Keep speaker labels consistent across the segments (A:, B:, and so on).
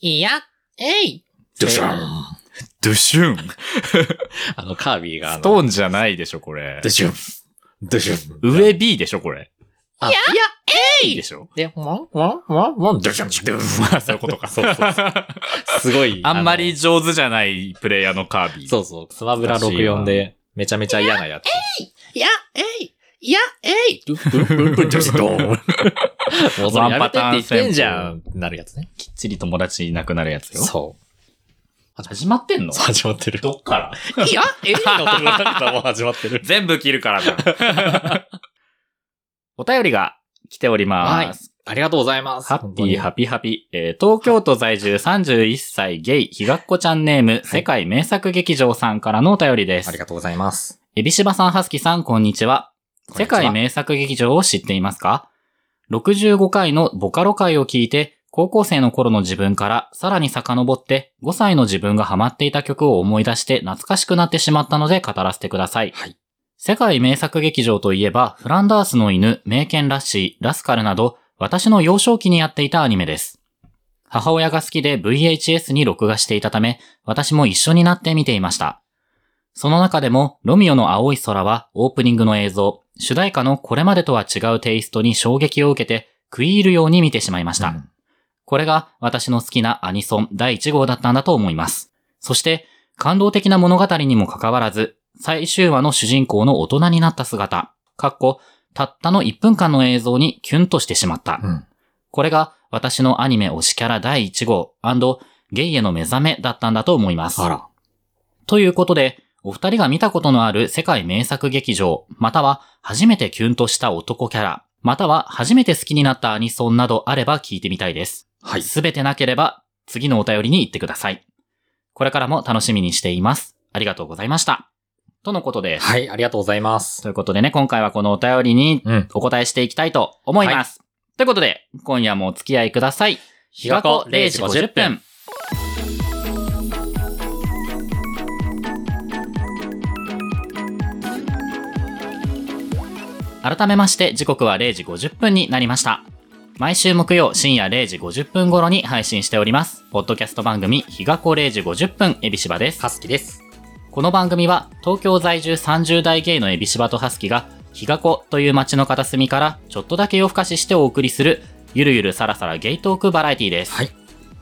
A: いや、えい
B: ドシュンドゥシュン
A: あの、カービィが、あ
B: ス
A: の
B: トーンじゃないでしょ、これ
A: ド。シュンドシュン
B: 上 B でしょ、これ。
A: あいや、え
B: B
A: い
B: でしょ。
A: で、ワン、ワン、ワン、ワン、ドシュンドゥン
B: まあ、そういうことか。
A: そうそうすごい。
B: あんま
A: の
B: り上手じゃないプレイヤーのカービィ。
A: そうそう、スマブラ64で、 めちゃめちゃ嫌なやつ。いや、えいいや、えいドゥンドゥンドゥンドゥンドゥンもうそれやめてって言ってんじゃんなるやつね。
B: きっちり友達いなくなるやつよ。
A: そう。
B: 始まってんの
A: そう 始まってる。
B: どっから
A: いや、えいのところからもう始まって る。
B: 全部切るからな。 お便りが来ており
A: はい
B: ます。。
A: ありがとうございます。
B: ハッピーハピハピ。えー東京都在住31歳ゲイ、ひがっこちゃんネーム、世界名作劇場さんからのお便りで
A: あ
B: す
A: り。がとうございます。
B: エビシバさん、ハスキさん、こんにちは。
A: こん
B: 世
A: にちは
B: 界名作劇場を知っていますか ?65 回のボカロ回を聞いて、高校生の頃の自分からさらに遡って、5歳の自分がハマっていた曲を思い出して懐かしくなってしまったので語らせてください。
A: はい
B: 世界名作劇場といえば、フランダースの犬、名犬ラッシー、ラスカルなど、私の幼少期にやっていたアニメです。母親が好きで VHS に録画していたため、私も一緒になって見ていました。その中でも、ロミオの青い空はオープニングの映像、主題歌のこれまでとは違うテイストに衝撃を受けて、食い入るように見てしまいました。
A: うん
B: これが私の好きなアニソン第1号だったんだと思います。そして、感動的な物語にもかかわらず、最終話の主人公の大人になった姿、かっこ、たったの1分間の映像にキュンとしてしまった。
A: うん
B: これが私のアニメ推しキャラ第1号ゲイへの目覚めだったんだと思います。
A: あら。
B: ということで、お二人が見たことのある世界名作劇場、または初めてキュンとした男キャラ、または初めて好きになったアニソンなどあれば聞いてみたいです。
A: はい。
B: すべてなければ次のお便りに行ってください。これからも楽しみにしています。ありがとうございました。とのことです。
A: はい、ありがとうございます。
B: ということでね、今回はこのお便りに
A: うん。
B: お答えしていきたいと思います。ということで、今夜もお付き合いください。
A: 日が子0時50分。
B: 改めまして時刻は0時50分になりました。毎週木曜深夜0時50分頃に配信しております。ポッドキャスト番組日が子0時50分エビシバです。
A: はすきです。
B: この番組は東京在住30代ゲイのエビシバとハスキが日が子という街の片隅からちょっとだけ夜更かししてお送りするゆるゆるさらさらゲイトークバラエティです。
A: はい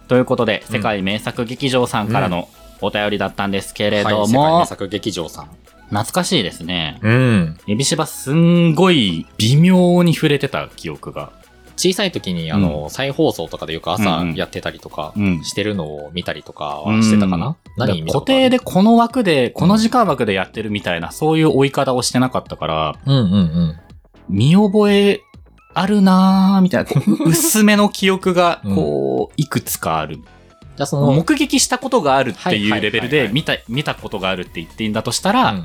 B: ということで
A: うん
B: 世界名作劇場さんからのお便りだったんですけれ
A: はい
B: ど
A: 世界
B: も、
A: 名作劇場さん。
B: 懐かしいですね。
A: うん。
B: エビシバすんごい微妙に触れてた記憶が。
A: 小さい時に、あの、再放送とかでよく朝やってたりとか
B: うん
A: してるのを見たりとかはしてたかな何見た
B: 固
A: ことある
B: 定でこの枠で、この時間枠でやってるみたいな、そういう追い方をしてなかったから、
A: うんうんうん。
B: 見覚えあるなーみたいな、こ う薄めの記憶が、こう、いくつかある。
A: じゃあその、
B: 目撃したことがあるってい
A: は
B: う
A: い
B: レベル
A: はいはい
B: で、
A: はい
B: 見た、見たことがあるって言っていいんだとしたら、
A: うん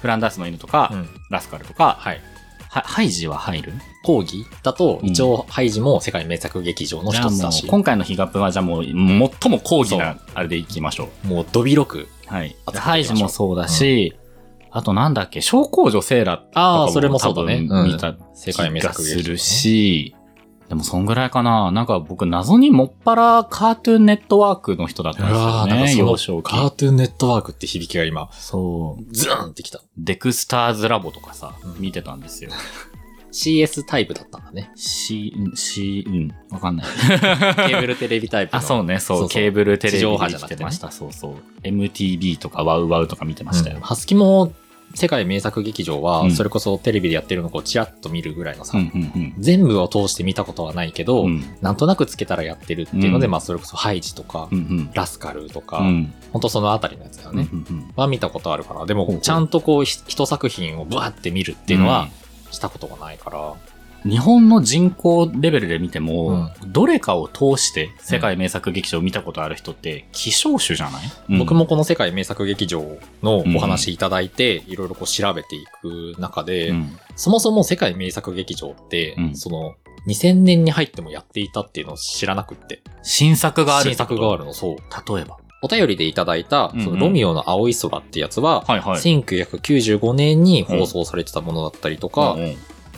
B: フランダースの犬とか、
A: うん
B: ラスカルとか、
A: はい。
B: はハイジは入る
A: 講義だと、
B: うん
A: 一応、ハイジも世界名作劇場の
B: じゃあ
A: 一つ
B: も
A: だ
B: う
A: し、も
B: 今回のヒガップは、じゃあもう、最も高義な、あれでいきましょう。
A: うどびろく。
B: はい
A: あ。と
B: ハイジもそうだし、あとなんだっけ、小公女セーラとか
A: あーそれもそうだね
B: 多分
A: うん
B: 見た
A: 世界名
B: 気が
A: 作劇
B: す
A: 場
B: るし、でもそんぐらいかな。なんか僕、謎にもっぱらカートゥーンネットワークの人だったんですよ
A: なんか
B: ね。
A: そ
B: 幼
A: の
B: 少期。
A: カートゥーンネットワークって響きが今、
B: そう。
A: ズーンってきた。
B: デクスターズラボとかさ
A: う、ん
B: 見てたんですよ。
A: CS タイプだったんだ ね。
B: C、C、うん、わかんない。
A: ケーブルテレビタイプ の。
B: あ、そうね、そう、
A: そうそう
B: ケーブルテレビ
A: 地上波
B: で
A: じゃ
B: 来
A: なくて
B: て
A: ね
B: ました、そうそう。MTV とかワウワウとか見てましたよ。
A: ハスキも世界名作劇場は、
B: うん
A: それこそテレビでやってるのをチラッと見るぐらいの
B: う
A: さ、
B: ん、うん、
A: 全部を通して見たことはないけど、
B: うん。うん、
A: なんとなくつけたらやってるっていうので、
B: うん
A: まあそれこそハイジとか、
B: うん、うん。
A: ラスカルとか、
B: うん
A: ほんとそのあたりのやつだよね。
B: うんうんうん
A: は見たことあるから、で
B: ほう
A: も
B: ほう
A: ちゃんとこうひ一作品をブワって見るっていうのはしたことがないから、
B: 日本の人口レベルで見ても、どれかを通して世界名作劇場を見たことある人って希少種じゃない、
A: 僕
B: うん
A: もこの世界名作劇場のお話いただいて、いろいろこう調べていく中で、
B: うん
A: そもそも世界名作劇場って、
B: うん
A: その2000年に入ってもやっていたっていうのを知らなくって、
B: 新作がある
A: 新作があ
B: る
A: るの、そう。
B: 例えば
A: お便りでいただいた、
B: うんうん
A: そのロミオの青い空ってやつは、
B: はいはい
A: 1995年に放送されてたものだったりとか、
B: うんうん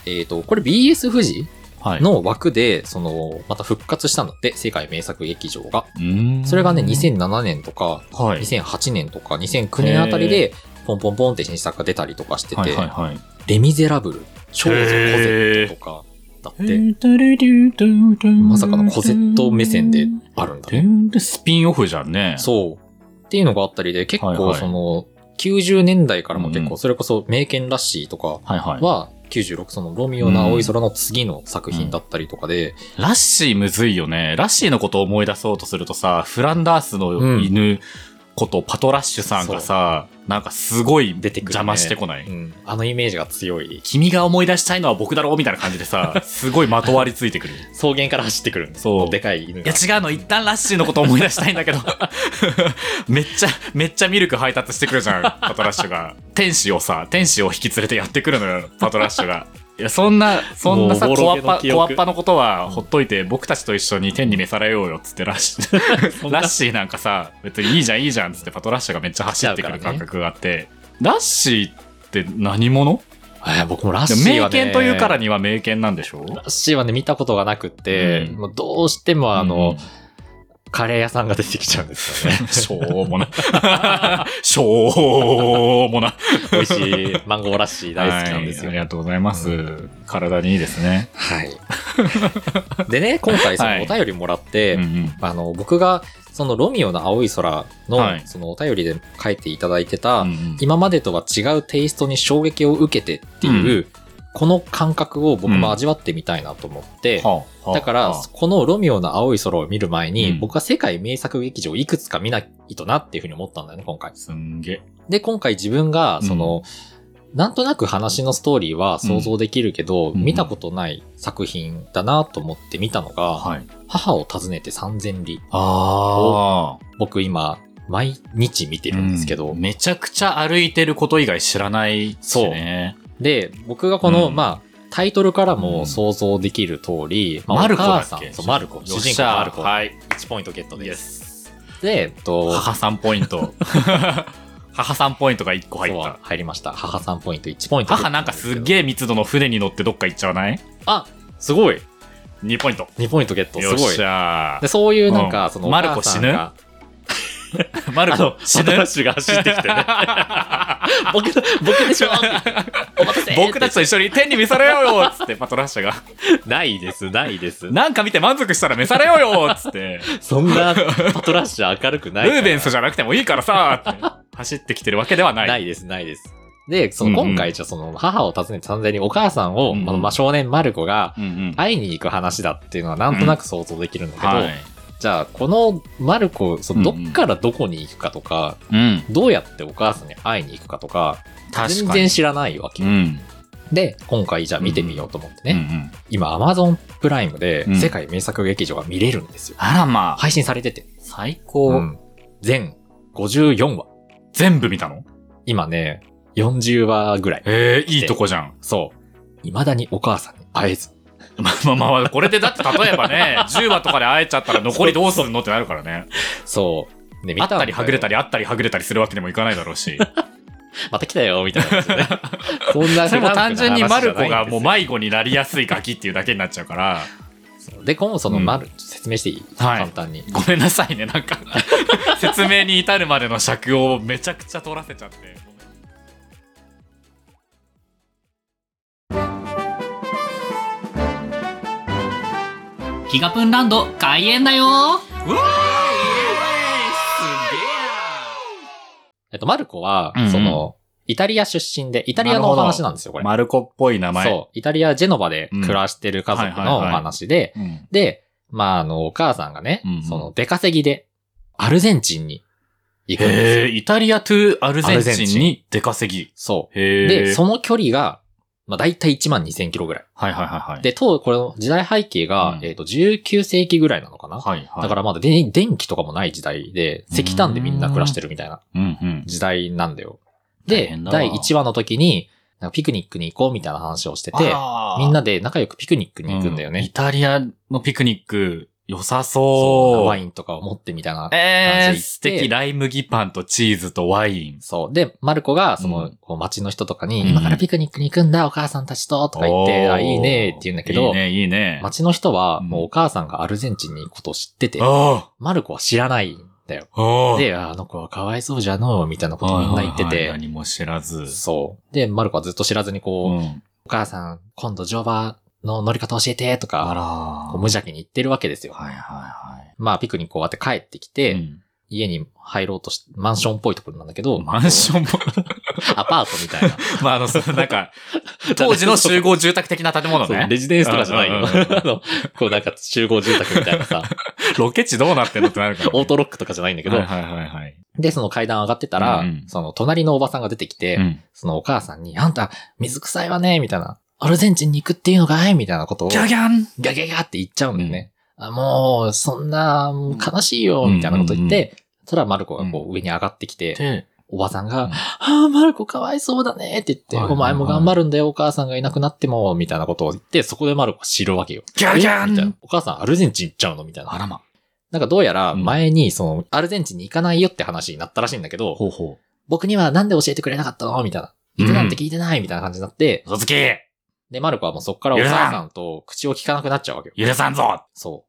A: えっ、と、これ BS 富士
B: はい。
A: の枠で、その、また復活したんだって、世界名作劇場が。
B: うーん
A: それがね、。2007年とか、
B: はい。
A: 2008年とか、2009年あたり
B: へ
A: で、ポンポンポンって新作が出たりとかしてて、
B: はいはいはい。
A: レ・ミゼラブル、少女コゼットとか、だって、ま
B: ま
A: さかのコゼット目線であるんだね。
B: 全然スピンオフじゃんね。
A: そう。っていうのがあったりで、結
B: はい
A: 構
B: はい
A: その、90年代からも結
B: うんうん
A: 構、それこそ、名犬ラッシーとか
B: はいはい。
A: は、96、その、ロミオの青い空の次の作品だったりとかで、
B: ラッシーむずいよね。ラッシーのことを思い出そうとするとさ、フランダースの犬ことパトラッシュさんがさ、なんかすごい
A: 出てくるね
B: 邪魔してこない。
A: うんあのイメージが強い。
B: 君が思い出したいのは僕だろうみたいな感じで さ、すごいまとわりついてくる。い
A: 草原から走ってくるんです
B: そう
A: でかい犬が
B: や。違うの、一旦ラッシーのこと思い出したいんだけど。 めっちゃ、めっちゃミルク配達してくるじゃん、パトラッシュが。天使をさ、天使を引き連れてやってくるのよ、パトラッシュが。いや、そんな、そんなさ、
A: もうボ
B: コ
A: ロ
B: ア
A: ゲ
B: ッ
A: の
B: パ、
A: 記憶
B: コアッパのことはほっといて、僕たちと一緒に天に召されようよ、つってラッシー。
A: そんな
B: ラッシーなんかさ、別にいいじゃんいいじゃんっつってパトラッシュがめっちゃ走ってくる感覚があって、ラッシーって何者
A: えー僕もラッ
B: で
A: シー
B: も
A: は、ね。
B: 名犬というからには名犬なんでしょ
A: ラッシーはね、見たことがなくて、
B: うん
A: もうどうしてもあの、、カレー屋さんが出てきちゃう んですよ ね。
B: しょうもな。 しょうもな。
A: 美味しいマンゴーラッシー 大好きなんですよ
B: はいあり。がとうございます。体にいいですね。
A: はい。でね、今回そ
B: はい
A: のお便りもらって、
B: うんうん
A: あの、僕が、そのロミオの青い空の、
B: はい
A: そのお便りで書いていただいてた、
B: うんうん
A: 今までとは違うテイストに衝撃を受けてっていう、この感覚を僕も味わってみたいなと思っ
B: は
A: て、
B: あはあ
A: だから、
B: は
A: このロミオの青い空を見る前に、
B: うん
A: 僕は世界名作劇場をいくつか見ないとなっていうふうに思ったんだよね、今回
B: あ。すんげえ。
A: で、今回自分が、
B: うん
A: その、なんとなく話のストーリーは想像できるけど、
B: うん
A: 見たことない作品だなと思って見たのが、
B: はい。
A: 母を訪ねて三千里。
B: ああ。
A: 僕今、毎日見てるんですけど、
B: うんめちゃくちゃ歩いてること以外知らないしね。
A: で、僕がこの、
B: うん
A: まあ、タイトルから
B: うん
A: も想像できる通り、まあ
B: マルコ
A: お
B: だ
A: 母さ
B: っけ
A: んそう、マルコ。主人公
B: よっしゃ
A: マルコ。
B: はい。
A: 1ポイントゲットです。で、えっと、
B: 母さんポイン ト。母さんポイントが1個入っ
A: そう
B: た。
A: 入りました。母さんポイント1ポイント。
B: 母なんかすっげえ密度の船に乗ってどっか行っちゃわない
A: あ、すごい。
B: ?2 ポイント。
A: 2ポイントゲット。す
B: よっ
A: ごい
B: し。ゃ
A: で、そういうなん
B: うん
A: か、その、
B: マルコ死ぬー。マル
A: あの
B: コ、、死ぬ
A: ラッシュが走ってきてね。僕だ、僕でしょ お待たせ
B: 僕たちと一緒に天に召されようよっつ ってパトラッシュが。
A: ないです、ないです。
B: なんか見て満足したら召されようよっつって。
A: そんな、パトラッシュ明るくない
B: ル
A: から。
B: ーベンスじゃなくてもいいからさって。走ってきてるわけではない。
A: ないです、ないです。で、その、
B: うんうん
A: 今回、じゃあその、母を訪ねて完全にお母さんを、
B: うんうん
A: まあまあ、少年マルコが、
B: うんうん。
A: 会いに行く話だっていうのはなんとなく想像できるんだけど、
B: はい。
A: じゃあこのマルコ、そのどっからどこに行くかとか、
B: うん。
A: どうやってお母さんに会いに行くかとか、全然知らないわけ。
B: うん。
A: で、今回じゃあ見てみようと思ってね、
B: うんうん
A: 今 Amazon プライムで
B: うん
A: 世界名作劇場が見れるんですよ。
B: あらまあ。
A: 配信されてて。
B: 最高。
A: うん全54話。
B: 全部見たの
A: 今ね、40話ぐらい。
B: ええいいとこじゃん。
A: そう。未だにお母さんに会えず。
B: まあまあまあ、これでだって例えば ね、10話とかで会えちゃったら残りどうするのってなるからね。
A: そう。ね、
B: あったりはぐれた
A: り。
B: り、あったりはぐれたりするわけ にもいかないだろうし。
A: また来たよ、みたいな感じでね。 そん な
B: それも単純にマルコがもう
A: 前。
B: 迷子になりやすいガキっていうだけになっちゃうから。
A: そうで、今後そのマル、説明していい
B: はい
A: 簡単に。
B: ごめんなさいね、なん か。説明に至るまでの尺をめちゃくちゃ取らせちゃって。
C: ギガプンランド開演だよ
B: うわ
A: えっと、マルコは
B: うんうん、
A: その、イタリア出身で、イタリアのお話なんですよ、これ。
B: マルコっぽい名前。
A: そう。イタリア、ジェノバで暮らしてる家族
B: うんはいはい
A: のお
B: はい
A: 話で、
B: うん。
A: で、まあ、あの、お母さんがね、
B: うんうん
A: その、出稼ぎで、アルゼンチンに行くんですよ。
B: へえ、イタリアトゥアルゼンチンに出稼ぎ。
A: そ
B: へ
A: う。
B: え。
A: で、その距離が、まあ、だいたい1万2000キロぐらい。
B: はいはいはいはい。
A: で、当、これの時代背景が、
B: うん
A: えっ、と、19世紀ぐらいなのかな、
B: はいはい。
A: だからまだで電気とかもない時代で、石炭でみんな暮らしてるみたいな
B: うんうん。
A: 時代なんだよ。
B: 大
A: で
B: 変、だわ
A: 第1話の時に、なんかピクニックに行こうみたいな話をしてて、
B: あー
A: みんなで仲良くピクニックに行くんだよね。
B: イタリアのピクニック、良さ
A: そう
B: そ
A: ワ
B: う。
A: インとかを持ってみたいな。
B: えー、
A: 感じ
B: 素敵。ライ麦パンとチーズとワイン。
A: そう。で、マルコが、そうの、こう街の人とかに、
B: うん
A: 今からピクニックに行くんだ、お母さんたちと、とか言って、
B: おー
A: あ、いいねって言うんだけど、
B: いいね、いいね。
A: 街の人は、
B: うん
A: もうお母さんがアルゼンチンに行くことを知ってて、
B: あ
A: マルコは知らないんだよ。
B: あ、ああ、
A: で、ああの子はかわいそうじゃのう、みたいなことみんな言って
B: はいはい
A: て
B: はい、何も知らず。
A: そう。で、マルコはずっと知らずにこう、
B: うん。
A: お母さん、今度乗馬の乗り方教えて、と
B: あ
A: か、こう無
B: ら。
A: 邪気に言ってるわけですよ。
B: はいはいはい。
A: まあ、ピクニック終わって帰ってきて、
B: うん
A: 家に入ろうとし、マンションっぽいところなんだけど、
B: マンションも、
A: こうアパートみたいな。
B: まあ、あの、そのなんか、 当時の集合住宅的な建物
A: そう
B: ね。
A: レジデンスとかじゃないよ。
B: うんうんうん
A: あの、こうなんか集合住宅みたいなさ、
B: ロケ地どうなってんのってなるからね、
A: オートロックとかじゃないんだけど、
B: はいはいはいはい。
A: で、その階段上がってたら、
B: うんうん
A: その隣のおばさんが出てきて、
B: うん
A: そのお母さんに、あんた、水臭いわね、みたいな。アルゼンチンに行くっていうのかいみたいなことを、
B: ギ
A: ギャ
B: ャギャン
A: ギャギャって言っちゃうんだよね。あもう、そんな、もう悲しいよ、みたいなこと言って、
B: うん
A: たらマルコがこう上に上がってきて、
B: で、
A: おばさん
B: うん
A: が、ああ、マルコかわいそうだねって言って、
B: はいはいはい
A: お前も頑張るんだよ、お母さんがいなくなっても、みたいなことを言って、そこでマルコは知るわけよ。
B: ギャギャ
A: えみたいな
B: ン
A: お母さんアルゼンチン行っちゃうのみたい
B: あ
A: な。
B: らま。
A: なんかどうやら
B: うん
A: 前に、その、アルゼンチンに行かないよって話になったらしいんだけど、
B: ほうほ
A: 僕にはなんで教えてくれなかったのみたいな。
B: う。
A: 行くなんて
B: き。
A: 聞いてないみたいな感じになって、
B: 嘘つき
A: で、マルコはもうそっからお母さんと口を聞かなくなっちゃうわけよ。
B: 許さんぞ
A: そ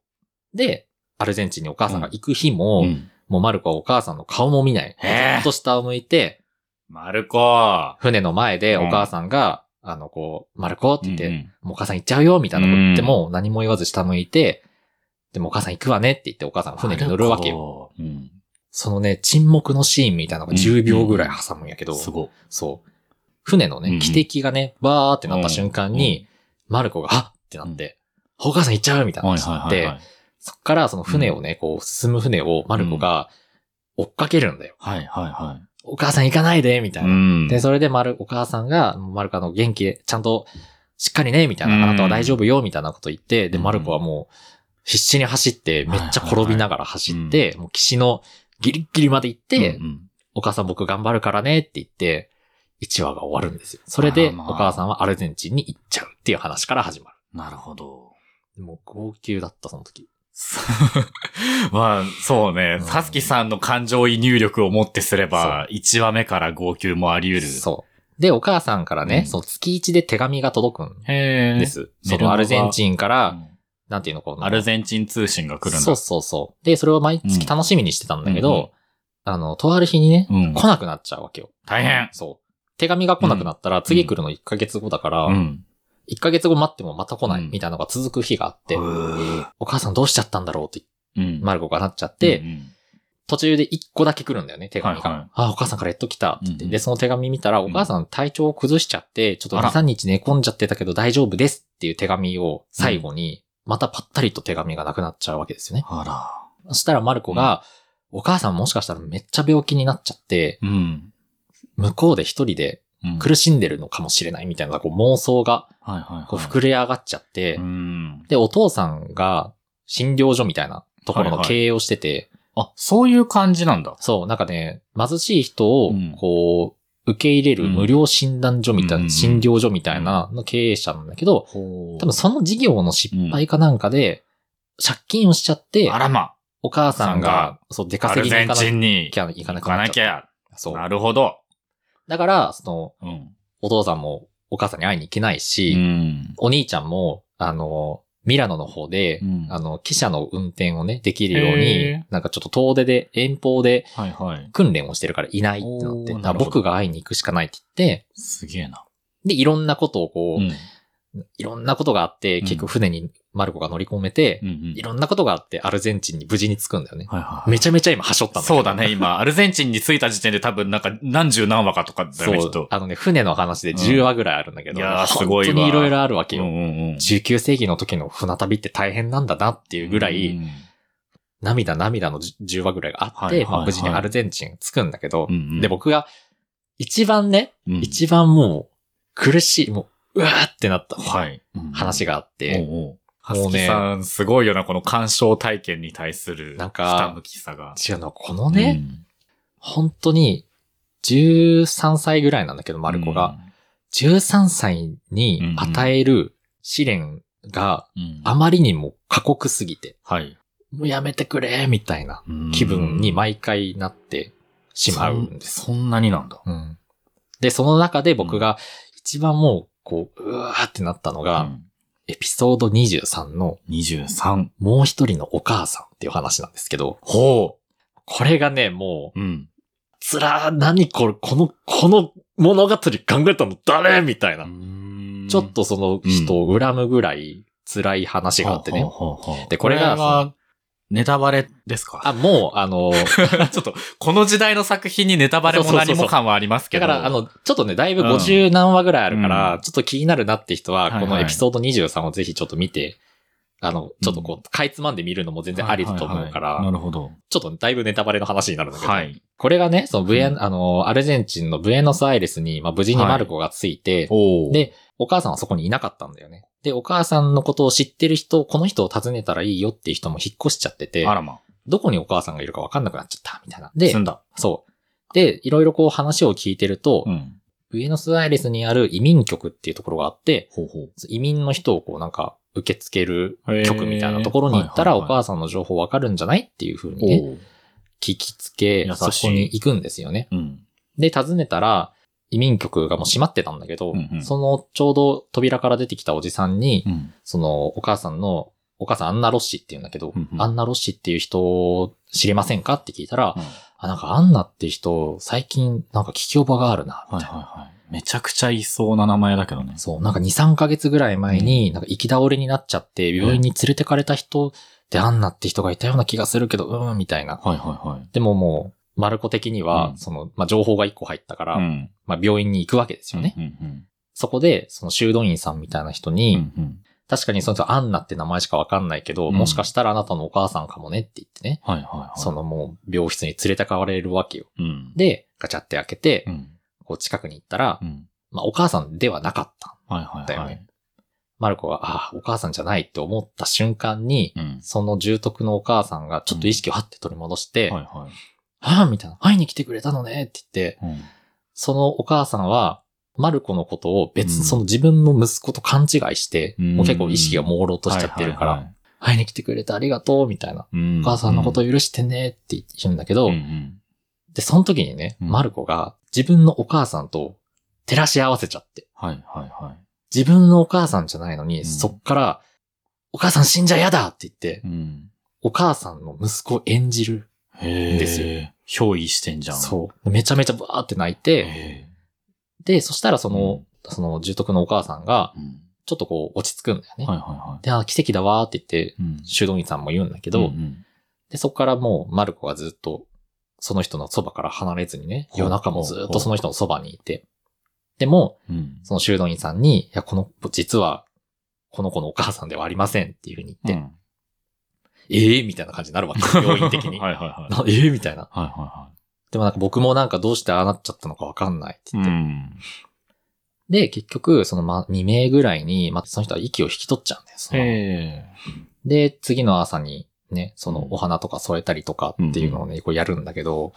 A: う。で、アルゼンチンにお母さんが行く日も、
B: うん
A: もうマルコはお母さんの顔も見ない。ず
B: えー
A: っと下を向いて、
B: マルコ
A: 船の前で
B: うん
A: お母さんが、あの、こう、マルコって言って、
B: うんうん
A: もうお母さん行っちゃうよ、みたいなこと言っても、何も言わず下向いて、でもお母さん行くわねって言ってお母さんが船に乗るわけよ。
B: よ。うん。
A: そのね、沈黙のシーンみたいなのが10秒ぐらい挟むんやけど、
B: すごい。
A: そう。船の
B: うんう
A: ね、
B: ん
A: 汽笛がね、バーってなった瞬間に、マルコが、はっってなって、お母さん行っちゃうみたいな
B: はい
A: 話になっ
B: は
A: て、
B: いはいはい。
A: そっからその船をね、こう、進む船をマルコが追っかけるんだよ。
B: はいはいは
A: お母さん行かないで、みたい
B: い。
A: な。
B: ん
A: で、それでマル、お母さんが、マルコあの元気で、ちゃんと、しっかりね、みたいな、
B: うん
A: あなたは大丈夫よ、みたいなこと言って、で、
B: うん
A: マルコはもう、必死に走って、めっちゃ転びながら走っ
B: はいはい
A: て、もう岸のギリッギリまで行って、
B: うんうん
A: お母さん僕頑張るからねって言って、1話が終わるんですよ。それで、
B: あらまあ
A: お母さんはアルゼンチンに行っちゃうっていう話から始ま
B: なるほど。
A: る。もう、号泣だった、その時。
B: まあ、そうね
A: う。ん
B: サスキさんの感情移入力をもってすれば、1話目から号泣もあり得る。
A: そう。で、お母さんからね、
B: うん
A: その月1で手紙が届くん
B: へえ。
A: です。
B: メ
A: そ
B: ルマ
A: の
B: ガ
A: アルゼンチンか
B: う
A: ら、
B: ん。
A: なんていうの、こう。
B: アルゼンチン通信が来るんだ。
A: そうそうそう。で、それを毎月楽しみにしてたんだけ
B: うんうんうん
A: ど、あの、とある日にね、
B: うん
A: 来なくなっちゃうわけよ。
B: 大変
A: そう。手紙が来なくなったら、次来るの1ヶ月後だから、
B: うん。
A: 1ヶ月後待ってもまた来ない
B: うん
A: みたいなのが続く日があって、
B: へー
A: お母さんどうしちゃったんだろうって、
B: うん。
A: マルコがなっちゃって、
B: うんうん、
A: 途中で1個だけ来るんだよね、手紙が。
B: はいはい
A: あ、お母さんからやっと来たって言って、
B: うんうん
A: で、その手紙見たら、お母さん体調を崩しちゃって、ちょっと
B: あら
A: 2、3日寝込んじゃってたけど大丈夫ですっていう手紙を最後に、またパッタリと手紙がなくなっちゃうわけですよね。
B: あ
A: そしたらマルコが、お母さんもしかしたらめっちゃ病気になっちゃって、
B: ら。うん。
A: 向こうで一人で
B: うん
A: 苦しんでるのかもしれないみたいなこう妄想が
B: はいはいはい。
A: こう膨れ上がっちゃって、
B: うん。
A: で、お父さんが診療所みたいなところの
B: はいはい
A: 経営をしてて、
B: あ、そういう感じなんだ。
A: そう、なんかね、貧しい人を
B: うん、
A: こう、受け入れる
B: うん
A: 無料診断所みたいな、
B: うん
A: 診療所みたいなの経営者なんだけど、
B: ほ
A: 多分その事業の失敗かなんかで、借金をしちゃって
B: あ、らま。
A: お母さ
B: お母さん
A: んが、そう、出
B: ア
A: 稼
B: ル
A: ぎに
B: ゼ
A: 行
B: ン
A: か
B: チン
A: な
B: に
A: きゃいか
B: 行
A: なくな
B: か
A: っ
B: な
A: ち
B: き
A: ゃっ
B: ゃ。
A: た。そう。
B: なるほど。
A: だから、その、
B: うん。
A: お父さんもお母さんに会いに行けないうし、
B: ん。
A: お兄ちゃんも、あの、ミラノの方で、
B: うん
A: あの、汽車の運転をね、できるよう
B: へ
A: に、なんかちょっと遠出で、遠方で
B: はいはい。
A: 訓練をしてるからいないってなって、
B: おー
A: だから
B: なるほど
A: 僕が会いに行くしかないって言って、
B: すげえな。
A: で、いろんなことをこ
B: う
A: う、
B: ん。
A: いろんなことがあって、
B: うん
A: 結局船にマルコが乗り込めて、
B: うんうん
A: いろんなことがあって、アルゼンチンに無事に着くんだよね。
B: はいはい。
A: めちゃめちゃ今、はしょったんだけど
B: そうだ。ね、今、アルゼンチンに着いた時点で多分なんか何十何話かとかだよね、き
A: そ
B: っ
A: う
B: と。。
A: あのね、船の話で10話ぐらいあるんだけ
B: う
A: ど、
B: んいやーすごいわ
A: 本当にいろいろあるわけよ。
B: うんうんうん
A: 19世紀の時の船旅って大変なんだなっていうぐらい、
B: うん
A: 涙涙の10話ぐらいがあっ
B: はいはい
A: て、
B: はい
A: まあ無事にアルゼンチン着くんだけど、
B: うん。
A: で、僕が一番ね、
B: うん、
A: 一番もう苦しい、もう、うわーってなった
B: はい。うん
A: 話があって、
B: おうおう
A: もう
B: ハ
A: ね
B: スキさん、すごいよな、この鑑賞体験に対する、
A: なんか
B: ひたむきさが。
A: 違うのはこのね、本当に13歳ぐらいなんだけど、
B: うん、
A: マルコが、13歳に与える試練が
B: うん、うん。
A: あまりにも過酷すぎて、
B: はい。
A: もうやめてくれ、みたいな気分に毎回なってしまうんです。
D: そんそんなになんだ。
A: うんで、その中で僕が一番もう、こう、うわーってなったのが、
D: うん
A: エピソード23の
D: 23。
A: もう一人のお母さんっていう話なんですけど、
D: ほ
A: これがね、もう、
D: う。うん。
A: つらー、何これ、この、この物語考えたの誰みたいな。ちょっとその人を恨むぐらい辛い話があってね。
D: ほうほうほう
A: でこれが
D: は、ネタバレですか
A: あ、もう、あの、
D: ちょっと、この時代の作品にネタバレも何も感はあります け
A: だ
D: ど。
A: から、あの、ちょっとね、だいぶ
D: うん
A: 50何話ぐらいあるから、
D: うん
A: ちょっと気になるなって人
D: はいは
A: は、
D: い
A: このエピソード23をぜひちょっと見て、あの、ちょっとこ
D: うん
A: う、かいつまんで見るのも全然ありだと思うか
D: はいはいはいな
A: ら、
D: るほど。
A: ちょっとだいぶネタバレの話になるんだけど、
D: はい。
A: これがね、そのブエン、
D: うん
A: あの、アルゼンチンのブエノスアイレスに、まあ、無事にマルコがついて、
D: おー
A: で、お母さんはそこにいなかったんだよね。で、お母さんのことを知ってる人、この人を訪ねたらいいよっていう人も引っ越しちゃってて
D: あ、らま。
A: どこにお母さんがいるかわかんなくなっちゃった、みたいな。で
D: 済、んだ。
A: そう。で、いろいろこう話を聞いてると、
D: ん。
A: ブエノスアイレスにある移民局っていうところがあって、
D: ほうほう。
A: 移民の人をこうなんか受け付ける
D: へー
A: 局みたいなところに行ったら
D: はい
A: お
D: はいはい
A: 母さんの情報わかるんじゃないっていうふうにね、
D: おー
A: 聞きつけ
D: 優、し
A: そ
D: い
A: こに行くんですよね。
D: うん。
A: で、訪ねたら、移民局がもう閉まってたんだけど、
D: うんうん
A: そのちょうど扉から出てきたおじさんに、
D: うん。
A: そのお母さんの、お母さんアンナ・ロッシって言うんだけど、
D: うんうん
A: アンナ・ロッシっていう人を知りませんかって聞いたら、
D: うん
A: あ、なんかアンナって人、最近なんか聞き覚えがあるな、み
D: はいはい
A: たいな。
D: はい。めちゃくちゃいそうな名前だけどね。
A: そう、なんか2、3ヶ月ぐらい前に、なんか行き倒れになっちゃって、病院に連れてかれた人でアンナって人がいたような気がするけど、うーん、みたいな。
D: はいはいはい。
A: でももう、マルコ的には、
D: うん
A: その、まあ、情報が1個入ったから、
D: ん。
A: まあ、病院に行くわけですよね。
D: うんうん
A: そこで、その修道院さんみたいな人
D: うん。
A: に、
D: うんうん
A: 確かにその人アンナって名前しかわかんないけど、
D: うん
A: もしかしたらあなたのお母さんかもねって言ってね、
D: はいはいはい。
A: そのもう病室に連れてかれるわけよ。
D: うん。
A: で、ガチャって開けて、
D: うん。
A: こう近くに行ったら
D: う、ん。
A: まあお母さんではなかった。
D: はいはい
A: だよ
D: はい。
A: ねマルコが、ああ、お母さんじゃないって思った瞬間に、
D: うん。
A: その重篤のお母さんがちょっと意識をはって取り戻して、
D: はいは
A: はあ、みたいな、会いに来てくれたのねって言って、
D: い。うん。
A: そのお母さんは、マルコのことを別
D: う
A: に
D: ん
A: その自分の息子と勘違いして、
D: うん
A: もう結構意識が朦朧としちゃってるから、
D: はいはいはい
A: 会いに来てくれてありがとう、みたいな。
D: うん
A: お母さんのこと許してねって言うんだけど、
D: うんうん
A: で、その時にね、
D: うん
A: マルコが自分のお母さんと照らし合わせちゃって、
D: はいはいは
A: 自分のお母さんじゃないのに、
D: うん
A: そっから、お母さん死んじゃ嫌だって言って
D: い。、うん。
A: お母さんの息子を演じる。
D: へえ。
A: です
D: よ。憑依してんじゃん。う。
A: そう。めちゃめちゃバーって泣いて、
D: へ
A: で、そしたらその、その重篤のお母さんが
D: ー、うん。
A: ちょっとこう落ち着くんだよね。
D: はいはいはい。
A: で、あ、奇跡だわーって言って、
D: うん
A: 修道院さんも言うんだけ
D: けう
A: ど、
D: ん
A: で、そこからもう、マルコはずっと、その人のそばから離れずにね、
D: ほう
A: 夜中もずっとその人のそばにいて。でも、
D: うんうん。
A: その修道院さんに、いや、この子、実は、この子のお母さんではありませんっていうふうに言って、
D: うん
A: ええー、みたいな感じになるわけ。病院的に。
D: はいはいはい。
A: な ええー、みたいな。
D: はいは
A: でもなんか僕もなんかどうしてああなっちゃったのかわかんないって
D: い
A: 言
D: は
A: っ
D: い。
A: て。
D: ん。
A: で、結局、その、ま、未明ぐらいに、ま、その人は息を引き取っちゃうんです。そのまま
D: へえ。
A: で、次の朝にね、そのお花とか添えたりとかっていうのをね、こうやるんだけど、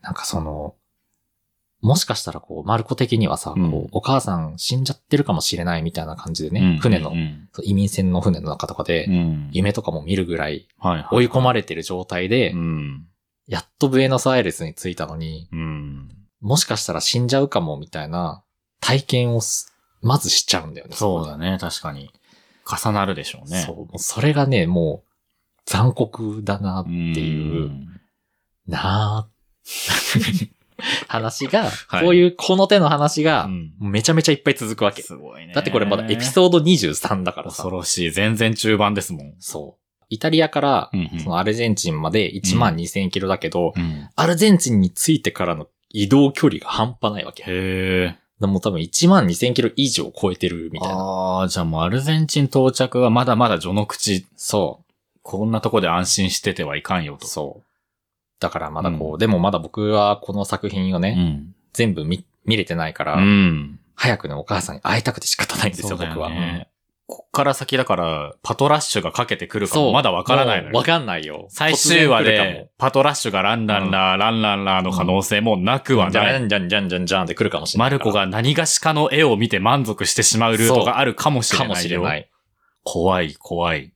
A: なんかその、もしかしたらこう、マルコ的にはさ、
D: うん
A: こう、お母さん死んじゃってるかもしれないみたいな感じでね、
D: うん
A: 船の、
D: うん
A: そう移民船の船の中とかで、
D: うん。
A: 夢とかも見るぐらい
D: はいはい。
A: 追い込まれてる状態で、
D: うん。
A: やっとブエノスアイレスに着いたのに、
D: うん。
A: もしかしたら死んじゃうかもみたいな体験をすまずしちゃうんだよね。
D: そう
A: こ
D: だね、確かに。重なるでしょう
A: で
D: ね。
A: そう。もうそれがね、もう残酷だなって
D: う
A: いう。
D: ん。
A: なあ話が、
D: はい
A: こういうこの手の話
D: う
A: が、
D: ん
A: めちゃめちゃいっぱい続くわけ。
D: すごいね。
A: だってこれまだエピソード23だからさ
D: 恐。ろしい。全然中盤ですもん。
A: そう。イタリアから
D: うんうん、
A: そのアルゼンチンまで1万2000キロだけど、
D: うん。
A: アルゼンチンに着いてからの移動距離が半端ないわけ。
D: へえ。
A: もう多分1万2000キロ以上超えてるみたいな。
D: ああ、じゃあもうアルゼンチン到着はまだまだ序の口。
A: そ
D: こんなとこで安心しててはいかんよ
A: う。
D: と。
A: そう。だからまだこう、でもまだ僕はこの作品をね、
D: ん。
A: 全部見見れてないから、
D: うん。
A: 早くね、お母さんに会いたくて仕方ないんですよ、
D: そうだよ
A: 僕は。うん
D: ね。こっから先だから、パトラッシュがかけてくるか
A: そ
D: も
A: う。
D: まだわからないの
A: わ
D: よ。
A: かんないよ。
D: 最終話
A: 突然来る
D: で、パトラッシュがランランラー、ランランラーの可能性もなく
A: か
D: は
A: も、じ
D: な
A: ゃ
D: い。
A: んじゃんじゃんじゃんじゃんって来るかもしれな
D: マ
A: いから。
D: ルコが何がしかの絵を見て満足してしまうルートがあるかもしれ
A: か
D: ないよ。
A: もしれない。
D: 怖い、怖い。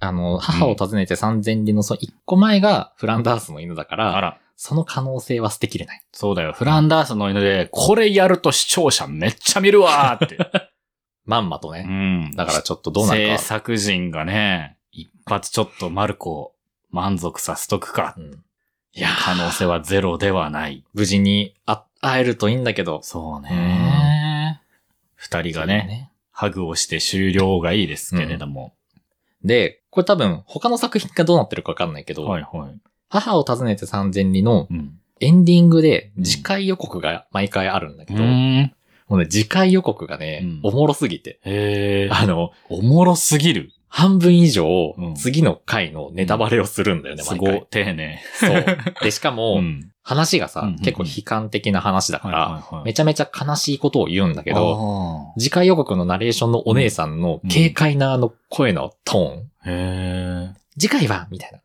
A: あの、母を訪ねて三千里のその一個前がフランダースの犬だから、
B: あら。
A: その可能性は捨てきれない。
B: そうだよ。フランダースの犬で、これやると視聴者めっちゃ見るわー って。
A: まんまと
B: う
A: ね。
B: ん。
A: だからちょっとどうなる
B: 制
A: か。
B: 作人がね、一発ちょっとマルコを満足させとくか。
A: うん
B: いや、可能性はゼロではない。
A: 無事にあ会えるといいんだけど。
B: そうね。二人がね、ハグをして終了がいいですけれども。
A: で、これ多分他の作品がどうなってるかわかんないけど、
B: はいはい。
A: 母を訪ねて三千里の
B: うん。
A: エンディングで次回予告が毎回あるんだけど、
B: ん。
A: もうね、次回予告がね、
B: うん
A: おもろすぎて。
B: へえ。
A: あの、
B: おもろすぎる。
A: 半分以上
B: うん、
A: 次の回のネタバレをするんだよね、
B: す
A: 毎
B: ごい
A: 回。、
B: 丁寧。
A: そう。で、しかも、
B: ん。
A: 話がさ、
B: うんうんうん
A: 結構悲観的な話だから、
B: いは
A: めちゃめちゃ悲しいことを言うんだけど、
B: ど。
A: 次回予告のナレーションのお姉さんの
B: うん
A: 軽快なあの声のトーン、
B: へえ。
A: 次回はみたいな。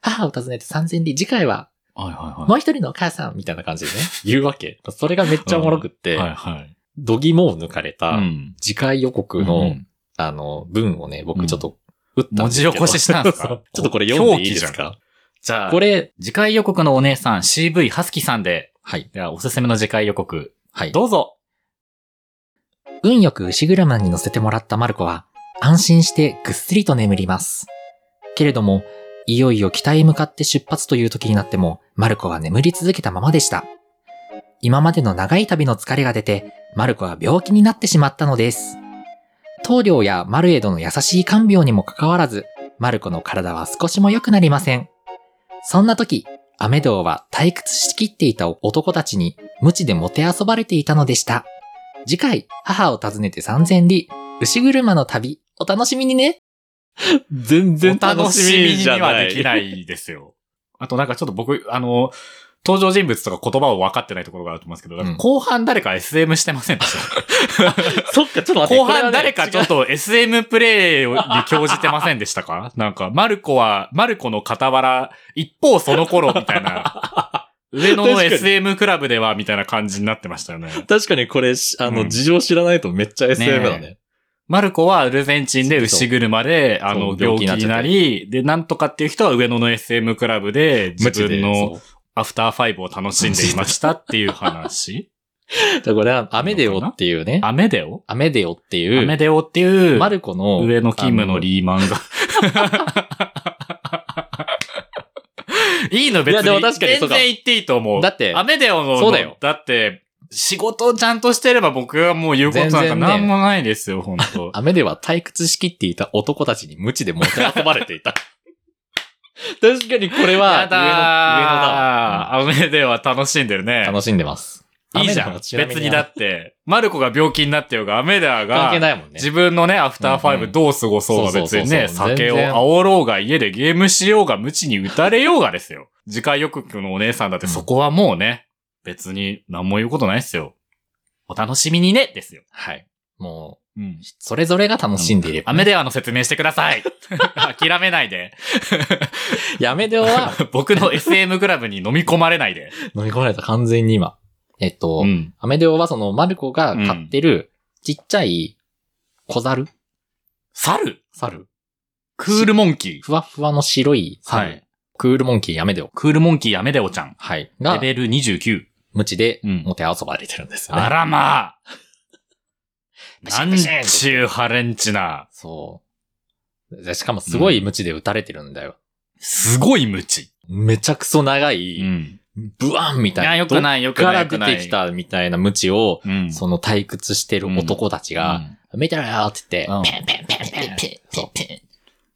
A: 母を訪ねて三千里、次回は
B: はいはいはい。
A: もう一人のお母さんみたいな感じ でね、言うわけ。それがめっちゃおもろくって、
B: はいはい。
A: 度肝を抜かれた、
B: ん。
A: 次回予告の、
B: うん
A: あの、文をね、僕ちょっと、打ったん
B: 文
A: です
B: 字
A: けど
B: 起こししたんですか
A: そうちょっとこれ読んでいいですか
B: じゃあ、
A: これ、
B: 次回予告のお姉さん CV はすきさんで、
A: はい。
B: ではおすすめの次回予告、
A: はい。
B: どうぞ
A: 運よく牛車に乗せてもらったマルコは、安心してぐっすりと眠ります。けれども、いよいよ北へ向かって出発という時になっても、マルコは眠り続けたままでした。今までの長い旅の疲れが出て、マルコは病気になってしまったのです。棟梁やマルエドの優しい看病にもかかわらず、マルコの体は少しも良くなりません。そんな時、アメドーは退屈しきっていた男たちに、無知でもてあそばれていたのでした。次回、母を訪ねて三千里、牛車の旅、お楽しみにね。全
B: お楽しみにはできないですよ。あとなんかちょっと僕、あの、登場人物とか言葉を分かってないところがあると思いますけど、なんか
A: うん
B: 後半誰か SM してませんでした
A: そっか、ちょっと
B: 後半誰かちょっ
A: と。
B: と SM プレイに興じてませんでしたか なんか、マルコは、マルコの傍ら、一方その頃みたいな、 上野の
A: 確かに
B: SM クラブではみたいな感じになってましたよね。
A: 確かにこれ、しあ
B: う
A: の、
B: ん
A: 事情知らないとめっちゃ SM だね。
B: マルコはアルゼンチンで牛車で、あの、
A: そう
B: 病気になり、で、なんとかっていう人は上野の SM クラブで、自
A: 無知で
B: 分の
A: そ
B: アフターファイブを楽しんでいましたっていう話
A: うだからこれ、アメデオっていうね。
B: アメデオ
A: アメデオって
B: ア
A: い
B: メ
A: う、
B: デオっていう、
A: マルコの、
B: 上野勤務のリーマンが。いいの別に。
A: いやでも確かにそ
B: 全
A: うか
B: 然言っていいと
A: あ
B: 思
A: の
B: う。
A: だって
B: ア、メデオの、
A: そうだよ
B: だって、仕事をちゃんとしてれば僕はもう言うことなんか
A: 全然ね
B: なんもないですよ、本 当
A: アメデオは退屈しきっていた男たちに無知でもてあそばれていた。 確かにこ
B: や
A: れは、上野、上野だわ。
B: だー。アメデオは楽しんでる
A: うん
B: ね。
A: 楽しんでます。
B: いいじゃ
A: アメデオ
B: ん。
A: は
B: 別
A: ちなみ
B: にだって、マルコが病気になってようが、アメデオ
A: 関
B: が
A: 係、ないもんね。
B: 自分のね、アフターファイ
A: うんう
B: ブ
A: ん
B: どう過ごそうが
A: そう
B: 別
A: そうそうそう
B: にね、
A: 全
B: 酒を
A: 然
B: 煽ろうが、家でゲームしようが、無知に打たれようがですよ。次回予告のお姉さんだって
A: うん
B: そこはもうね、別に何も言うことないですよ。お楽しみにねですよ。
A: はい。もう、
B: うん。
A: それぞれが楽しんでいれば。
B: アメデアの説明してくださ い諦めないで。
A: いやアメデオは、
B: 僕の SM クラブに飲み込まれないで。
A: 飲み込まれた、完全に今。えっと、
B: うん。
A: アメデオはその、マルコが飼ってる、ちっちゃい、小猿
B: 猿
A: 猿
B: クールモンキ
A: ふわふわの白い
B: ー。は
A: 猿。
B: い。
A: クールモンキーアメデオ。
B: クールモンキーアメデオちゃん。
A: はい。
B: レ
A: が、
B: ベル29。
A: 無知で、
B: うん
A: もてあそばれてるんですよね。
B: あらまあ
A: ブシ
B: な
A: ン
B: ん
A: ブシン
B: ちゅうハレンチな。
A: そう。でしかもすごい無知で撃たれてるんだよ。
B: すごい無知。
A: めちゃくそ長
B: う
A: い、
B: ん。
A: ブワンみたいな。
B: いや良くない
A: どっから
B: 良く
A: 出
B: ない
A: てきたみたいな無知を、
B: うん。
A: その退屈してる男たちが、見てろよって言って、
B: うん
A: ペンペンペンペンペンペンペン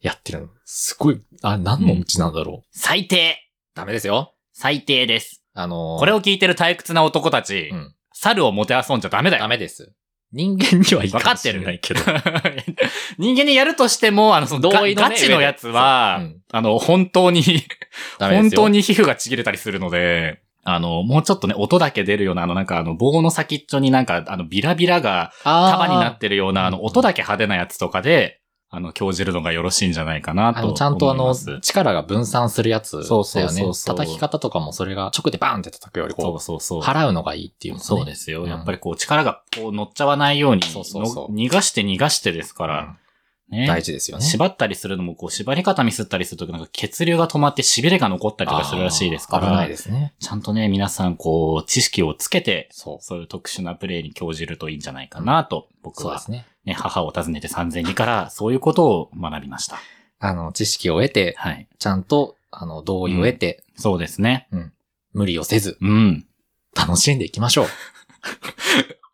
A: やってるの。すごい、あ、何の無知なんだろう。
B: 最低
A: ダメですよ。
B: 最低です。
A: あのー
B: これを聞いてる退屈な男たち、
A: うん
B: 猿をもてあそんじゃダメだ
A: ダ
B: よ。
A: メです。人間にはいい
B: わ
A: か
B: か
A: も
B: って
A: しれ
B: る。
A: ないけど。。
B: 人間にやるとしても、あの、その
A: 同意の
B: ガ
A: ね
B: ガチのやつは、
A: 上でそううん
B: あの、本当に、
A: ダメで
B: 本
A: すよ。
B: 当に皮膚がちぎれたりするので、あの、もうちょっとね、音だけ出るような、あの、なんか、あの、棒の先っちょになんか、あの、ビラビラが、束
A: 束
B: になってるような、あ
A: う
B: の、
A: ん
B: 音だけ派手なやつとかで、あの、教じるのがよろしいんじゃないかなと
A: あ
B: 思い
A: の、
B: ます。
A: ちゃんとあの、力が分散するやつだよね。
B: そうそうそうそう
A: 叩き方とかもそれが直でバーンって叩くより
B: そう
A: こ、
B: そうそうう。
A: 払うのがいいっていう、。
B: そうですすよ。
A: うん
B: やっぱりこう、力がこう乗っちゃわないように、
A: そうそうそう
B: の逃がして逃がしてですから、ね。
A: 大事ですよね。
B: 縛ったりするのも、こう、縛り方ミスったりすると、なんか血流が止まって痺れが残ったりとかするらしいですから。
A: あー危ないですね。
B: ちゃんとね、皆さん、こう、知識をつけて、
A: そ
B: そういう特殊なプレイに興じるといいんじゃないかなと、
A: う。
B: 僕
A: そうで
B: は、
A: すね。
B: ね、母を訪ねて3000里から、そういうことを学びました。
A: あの、知識を得て、
B: はい。
A: ちゃんと、あの、同意を得て、
B: そうですね。
A: 無理をせず、
B: うん。
A: 楽しんでいきましょう。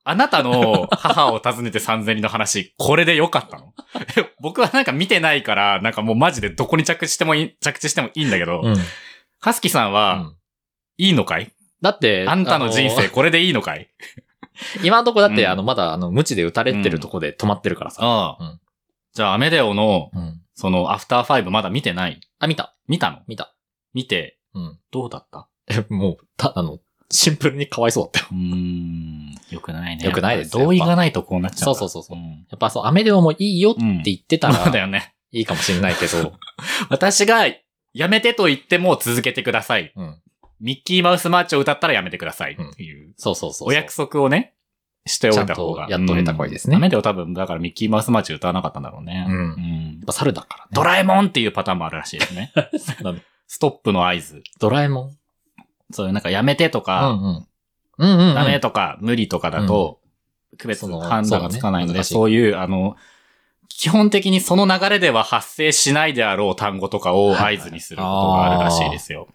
B: あなたの母を訪ねて3000里の話、これでよかったの 僕はなんか見てないから、なんかもうマジでどこに着地してもいい、着地してもいいんだけど、
A: うん。
B: ハスキさんは、
A: うん
B: いいのかい
A: だって、
B: あんたの人
A: あ
B: 生、これでいいのかい
A: 今のとこだって、
B: うん
A: あの、まだ、あの、無知で打たれてるとこで止まってるからさ。
B: あ
A: うん
B: じゃあ、アメデオの、
A: うん。
B: その、アフターファイブまだ見てない
A: あ、見た。
B: 見たの
A: 見た。
B: 見て、
A: うん。
B: どうだった
A: え、もう、た、あの、シンプルにかわいそうだったよ。
B: うーん。よくないね。
A: 良くないですね
B: 同意がないとこうなっちゃうんだ。
A: そうそうそうそうんやっぱそう、アメデオもいいよって言ってた
B: そうだ
A: ら、
B: よね。
A: いいかもし れないけど、
B: 私が、やめてと言っても続けてください。
A: うん。
B: ミッキーマウスマーチを歌ったらやめてください。っていう、
A: そうそうそうそう。
B: お約束をね、しておいた方が。
A: ちゃんとやっとれた声ですね
B: うんアメデオ多分、だからミッキーマウスマーチ歌わなかったんだろうね。
A: うん
B: ん
A: やっぱ猿だからね。
B: ドラえもんっていうパターンもあるらしいですね。
A: なの
B: ストップの合図。
A: ドラえもん。
B: そういうなんかやめてと
A: う
B: か、
A: んうん。うんうんうん。
B: ダメとか無理とかだと、区別の判断がつかないので、そういう、あの、基本的にその流れでは発生しないであろう単語とかを合図にすることがあるらしいですよ。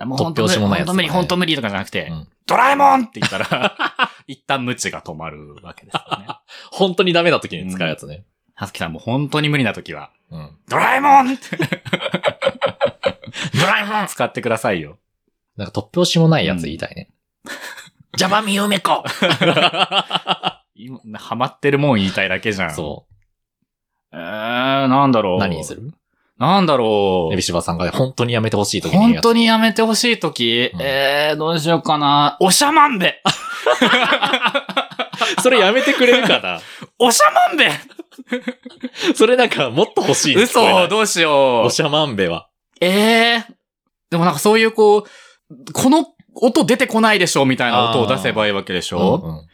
B: もう本当無理、本当無理、本当無理とかじゃなくて、ドラえもんって言ったら、 一旦無知が止まるわけですよね。
A: 本当にダメな時に使うやつね。
B: はすきさんも本当に無理な時は、
A: うん。
B: ドラえもんドラえもん使ってくださいよ。
A: なんか突拍子もないやつ言いたいね。 ジャバミユメコ
B: 今、ハマってるもん言いたいだけじゃん。。
A: そう
B: えー、なんだろ
A: う。
B: う。
A: 何にする
B: なんだろ。
A: エビシバさんが本当にやめてほしいう時に言う
B: 本
A: やつ。
B: 当にやめてほしいとき、
A: うん
B: えー、どうしようかな。おしゃまんべ
A: それやめてくれる かな
B: おしゃまんべ
A: それなんかもっと欲しい。
B: 嘘どうしよ
A: お
B: う。
A: しゃまんべは。
B: えー。でもなんかそういうこう、この音出てこないでしょみたいな音を出せばいいわけでしょ、
A: うんうん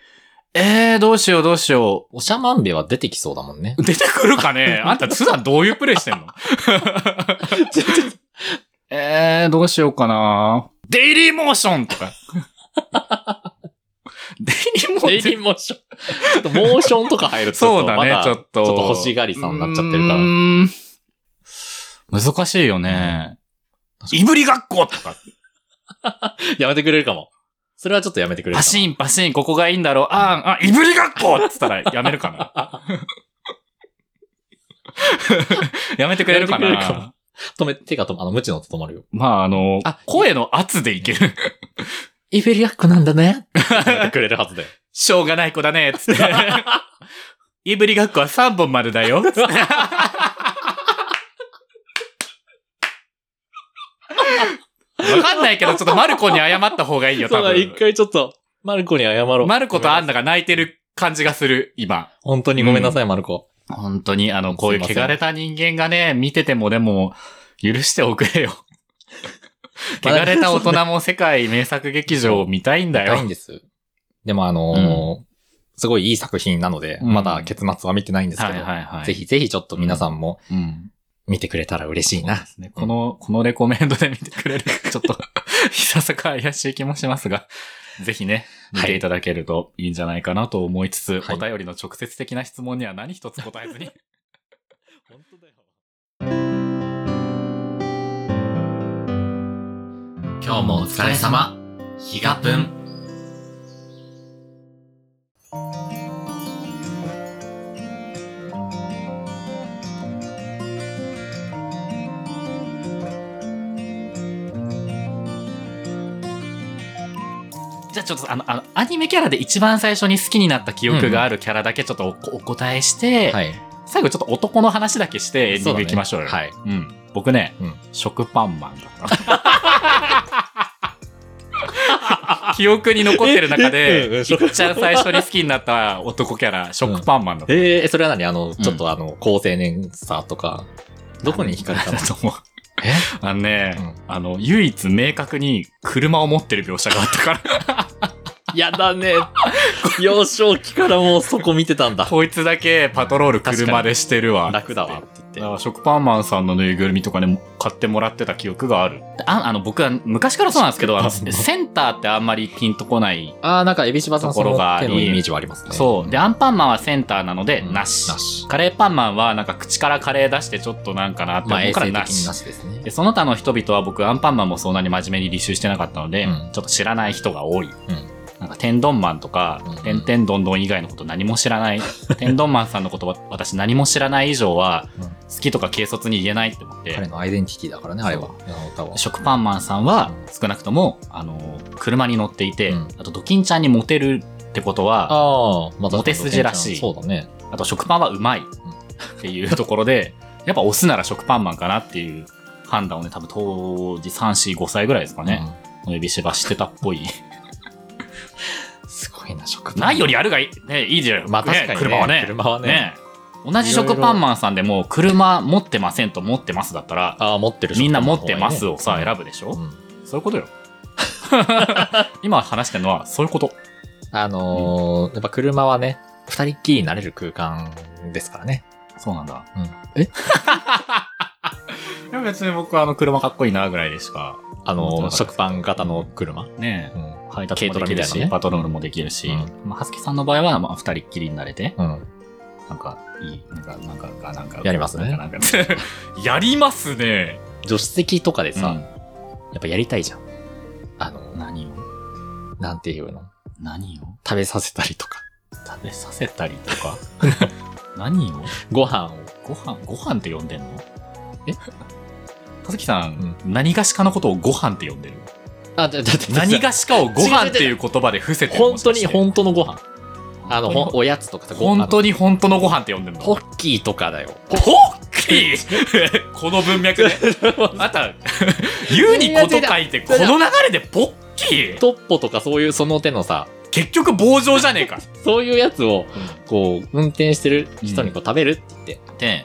B: えー、どうしようどうしよ
A: おしゃまんべは出てきそうだも んね
B: う。。出てくるか ねあんた普段どういうプレイしてんのえー、どうしようかな。デイリーモーションとか。デイリーモーション
A: デイリーモーション。ちょっとモーションとか入るとちょっと
B: そうだね
A: ま、
B: ちょっと。
A: ちょっと欲しがりさんになっちゃってるから
B: うーん。難しいよね。
A: うん
B: いぶりがっことか。
A: やめてくれるかも。それはちょっとやめてくれるか
B: パ
A: も。
B: シンパシン、ここがいいんだろう。あん、あ、いぶりがっこっつったらやめるかな。 やめてくれるか
A: やめてくれるか
B: な
A: も。止め、手が止ま、あの、無知のと止まるよ。
B: まあ、あの、
A: あ
B: 声の圧でいける。
A: イベリアックなんだね。やめてくれるはずだよ。
B: しょうがない子だね、つって。いぶりがっこは3本までだよ。つってわかんないけど、ちょっとマルコに謝った方がいいよ、
A: そ
B: 多
A: うだ、一
B: 分。
A: 回ちょっと、マルコに謝ろう。
B: マルコとアンナが泣いてる感じがする、今。
A: 本当にごめんなさい、マルコ。
B: 本当に、あの、こういう
A: すいません
B: 汚れた人間がね、見ててもでも、許しておくれよ。
A: ま
B: 汚
A: だ
B: れた大人も世界名作劇場を見たいんだ
A: 痛い
B: よ
A: ん。です。でもあのーすごいいい作品なので、
B: うん
A: まだ結末は見てないんですけど、
B: いは
A: ぜひぜひちょっと皆さんも
B: うん。
A: 見てくれたら嬉しいな。
B: ねこの、このレコメンドで見てくれると、ちょっと、 いささか怪しい気もしますが、ぜひね、見ていただけるといいんじゃないかなと思いつつ、
A: はい
B: お便りの直接的な質問には何一つ答えずに。
A: 本当だよ。
C: 今日もお疲れ様ひがぷん
B: じゃあちょっとあの、あの、アニメキャラで一番最初に好きになった記憶があるキャラだけちょっとおお答えして、
A: はい。
B: 最後ちょっと男の話だけしてエンディ
A: そ
B: ング
A: うだ
B: い
A: ね
B: きましょうよ。
A: はい。
B: うん。僕ね、
A: うん
B: 食パンマンだった。 記憶に残ってる中
A: え うんう
B: で、
A: ん
B: いっちゃん最初に好きになった男キャラ、食パンマンだった。
A: えー、それは何あの、ちょっとあの、高青年さとか、どこに惹かれ たの
B: だと思う。
A: え
B: あのね、
A: う
B: あの、唯一明確に車を持ってる描写があったから。
D: やだ ね。幼少期からもうそこ見てたんだ。
B: こいつだけパトロール車でしてるわ。
D: 楽だわって
B: だ
D: 言
B: か
D: っ
B: ら食パンマンさんのぬいぐるみとかね、買ってもらってた記憶がある。ああの、僕は昔からそうなんですけど、あのセンターってあんまりピンとこない。
A: ああ、なんか、エビシバさんそ
B: ところ
A: の
B: があり
A: 手のイメージはありますね。
B: そう。で、アンパンマンはセンターなので、
A: うん
B: なし。
A: なし。
B: カレーパンマンはなんか口からカレー出してちょっとなんかなって
A: まあ、
B: 思う
A: 衛
B: から
A: 生
B: な
A: 的に
B: し
A: な。しですね
B: で。その他の人々は僕アンパンマンもそんなに真面目に履修してなかったので、
A: うん
B: ちょっと知らない人が多い。なんか天丼マンとか
A: うん、
B: 天天丼丼以外のこと何も知ら ない。天丼マンさんのこと私何も知らない以上は
A: うん、
B: 好きとか軽率に言えないって思って。
A: 彼のアイデンティティだからね、あれは
B: そ。
A: あの歌は。
B: 食パンマンさんは少なくとも、あの車に乗っていて、
A: うん
B: あとドキンちゃんにモテるってことはあ
A: ああ、また
B: モテ筋らしい
A: そうだね。
B: と食パンはうまいっていうところでやっぱオスなら食パンマンかなっていう判断をね多分当時345歳ぐらいですかね、お呼びしばしてたっぽい
A: うん。すごいな、食パン。
B: ないよりあるがいい,、ね、いいじゃん、
A: まあ確かにね
B: 車はね
A: 車はね
B: 同じ食パンマンさんでも車持ってませんと持ってますだったら
A: ああ、持ってる
B: みんな持ってますをさ選
A: ぶ。
B: ぶでしょ、
A: うん
B: そういうことよ 今話してるのはそういうこと
A: あのーやっぱ車はね、二人っきりになれる空間ですからね。
B: そうなんだ。
A: うん え
B: いや別に僕はあの車かっこいいなぐらいでしか。
A: あ
B: 本当
A: の
B: だ
A: ー食パン型の車。
B: ね
A: う
B: え。
A: ん。
B: 配達もできるし、
A: 軽トラみたいなね
B: パトロールもできるし、
A: う
B: まあ、はすきさんの場合は、まあ、二人っきりになれて、
A: うん。
B: なんか、いい、なんか、なんか、なんか、
A: やりますね
B: なんかなん かやります ね
A: 助手席とかでさ、
B: さ、
A: やっぱやりたいじゃん。あの、
B: 何を
A: なんていうの
B: 何を
A: 食べさせたりとか、
B: 食べさせたりとか 何を
A: ご飯を。
B: ご飯、ご飯って呼んでんの
A: え
B: かずきさん、何がしかのことをご飯って呼ん でる
A: あ、だだって
B: 何がしかをご飯っていう言葉で伏 せてる
A: 本当
B: もしか
A: に
B: して
A: 本当のご飯。あの、ほん
B: 本
A: おやつとかさご
B: 本当に本当のご飯って呼んでん
A: あ
B: の
A: のポッキーとかだよ。
B: ポッキーこの文 脈で。あんた、言うにこと書いて、この流れでポッキー
A: トッポとかそういうその手のさ、
B: 結局棒状じゃね えか。
A: そういうやつを、こう、運転してる人にこう食べるって言って、
B: で、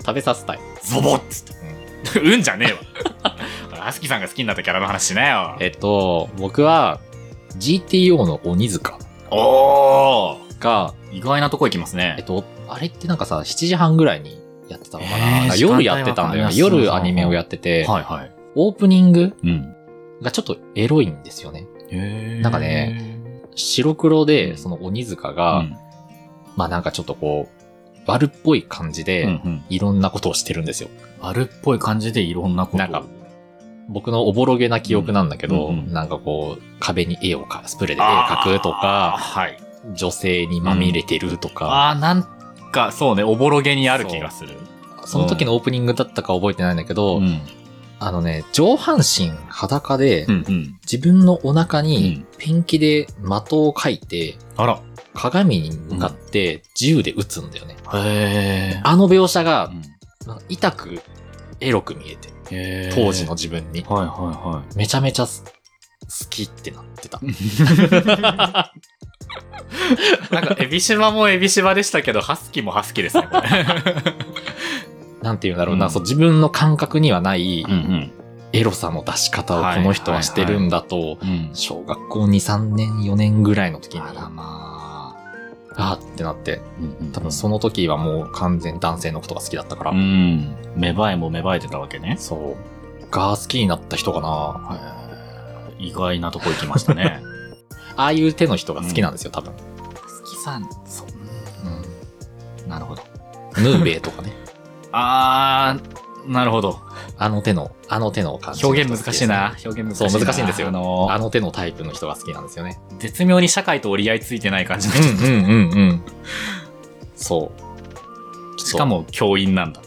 A: 食べさせたい。
B: ゾボッつって。うんじゃ ねえわ。あすきさんが好きになったキャラの話しなよ。
A: えっと、僕は、GTO の鬼塚
B: おー
A: が、
B: 意外なとこ行きます
A: えっ
B: ね。
A: と、あれってなんかさ、7時半ぐらいにやってたのかな,、
B: えー時間帯
A: 夜やってたんだよ
B: わかんな
A: ね。
B: い
A: 夜アニメをやってて、
B: はいはい。
A: オープニング
B: うん。
A: がちょっとエロいんですよね。
B: へ
A: なんかね、白黒
B: う
A: で、
B: ん
A: その鬼塚
B: う
A: が、
B: ん
A: まあなんかちょっとこう、悪っぽい感じで、
B: うんうん。
A: いろんなことをしてるんですよ。
B: 丸っぽい感じでいろんなことを。
A: なんか僕のおぼろげな記憶なんだけど、
B: うんうんうん
A: なんかこう、壁に絵をか、スプレーで絵
B: あー
A: 描くと
B: あ、
A: か、
B: はい。
A: 女性にまみれてるとか、
B: ああ、なんか、そうね、おぼろげにある気がする。
A: その時のオープニングだったか覚えてないんだけど、
B: ん。
A: あのね、上半身裸で、
B: うんうん。
A: 自分のお腹
B: うん
A: にペンキで的を描いて、
B: あら。
A: 鏡に向かって銃で撃つんだよね。
B: へえ。
A: あの描写が、なんか痛くエロく見えて、
B: へー
A: 当時の。自分に。
B: はいは
A: めちゃめちゃす好きってなってた。
B: いはい。なんか、エビシバもエビシバでしたけど、ハスキーもハスキーですね、これ。
A: なんていうんだろうな、
B: うん
A: そう自分の感覚にはない
B: ん
A: エロさの出し方
B: は
A: を
B: い
A: この人はしてるんだと、
B: うん。うん。
A: 小学校2、3年、4年ぐらいの時に、
B: あら
A: あ
B: ま
A: あーってなって、
B: あ。うんうん
A: 多分その時はもう完全に男性のことが好きだったから、
B: うん。芽生えも芽生えてたわけね。
A: そう、が好きになった人かな。
B: へー意外なとこ行きましたね。
A: ああいう手の人が好きなんですよ、多分。
B: ハスキさん、そう。なるほど。
A: ヌーベイとかね。
B: あー、なるほど。
A: あの手の、あの手の感じの人
B: 表現
A: が好き
B: 難
A: で
B: し
A: す
B: い
A: ね
B: な。。表現難しい
A: そう
B: な。
A: 難しいんですよ
B: あのー
A: あの手のタイプの人が好きなんですよね。
B: 絶妙に社会と折り合いついてない感じの人。
A: うんうんうんうん。そう。
B: しかも教員なんだ。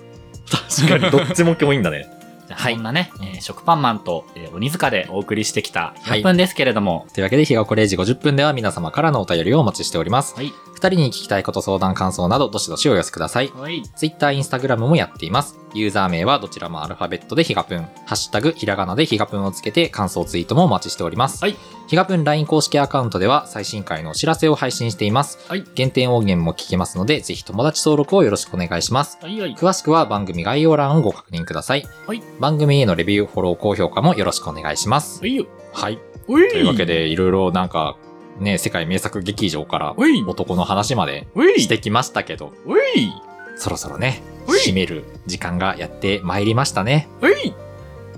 A: そう、確かにどっちも今日いいんだね。
B: じゃあそんなね、えー食パンマンと、えー鬼塚でお送りしてきた
A: はい
B: 100分ですけれども、
A: というわけで、日がこれ時50分では皆様からのお便りをお待ちしております。
B: はい。
A: 二人に聞きたいこと、相談、感想など、どしどしお寄せください。
B: はい。
A: Twitter、Instagram もやっています。ユーザー名はどちらもアルファベットでヒガプン。ハッシュタグ、ひらがなでヒガプンをつけて感想ツイートもお待ちしております。
B: はい。
A: ヒガプン LINE 公式アカウントでは最新回のお知らせを配信しています。
B: はい
A: 限定音源も聞けますので、ぜひ友達登録をよろしくお願いします。
B: はいはい。
A: 詳しくは番組概要欄をご確認ください、
B: はい
A: 番組へのレビューフォロー高評価もよろしくお願いします
B: はいよ。
A: はい
B: と
A: というわけでいろいろなんかね、世界名作劇場から
D: ういう
A: 男の話まで
D: いう
A: してきましたけど、
D: いう
A: そろそろね、
D: うい
A: 締める時間がやってまいりましたね。
D: うい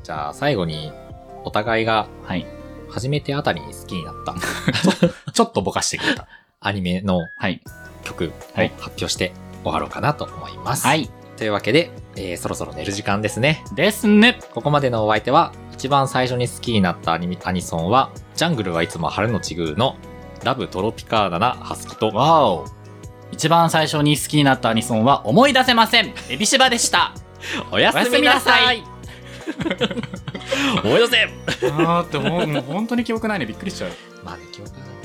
A: じゃあ最後に、お互いが
B: はい。
A: 初めてあたりに好きに なった
B: ちょっとぼかしてくれた。
A: アニメの
B: はい。
A: 曲を
B: はい
A: 発表して終わろうかなと思います。
B: はい。
A: というわけで、えーそろそろ寝る時間ですね。
B: ですね。
A: ここまでのお相手は、一番最初に好きになったアニメアニソンは、ジャングルはいつも春のちぐうの、ラブトロピカーナなハスキと、
B: わお。一番最初に好きになったアニソンは思い出せません。エビシバでした。
A: おや
B: おや
A: す
B: すみ
A: みな
B: な
A: さ
B: さ
A: い
B: い。
A: 思い出
B: あ
A: せ
B: ーって、もう本当に記憶ないね。びっくりしちゃう。
A: まあね、記憶がない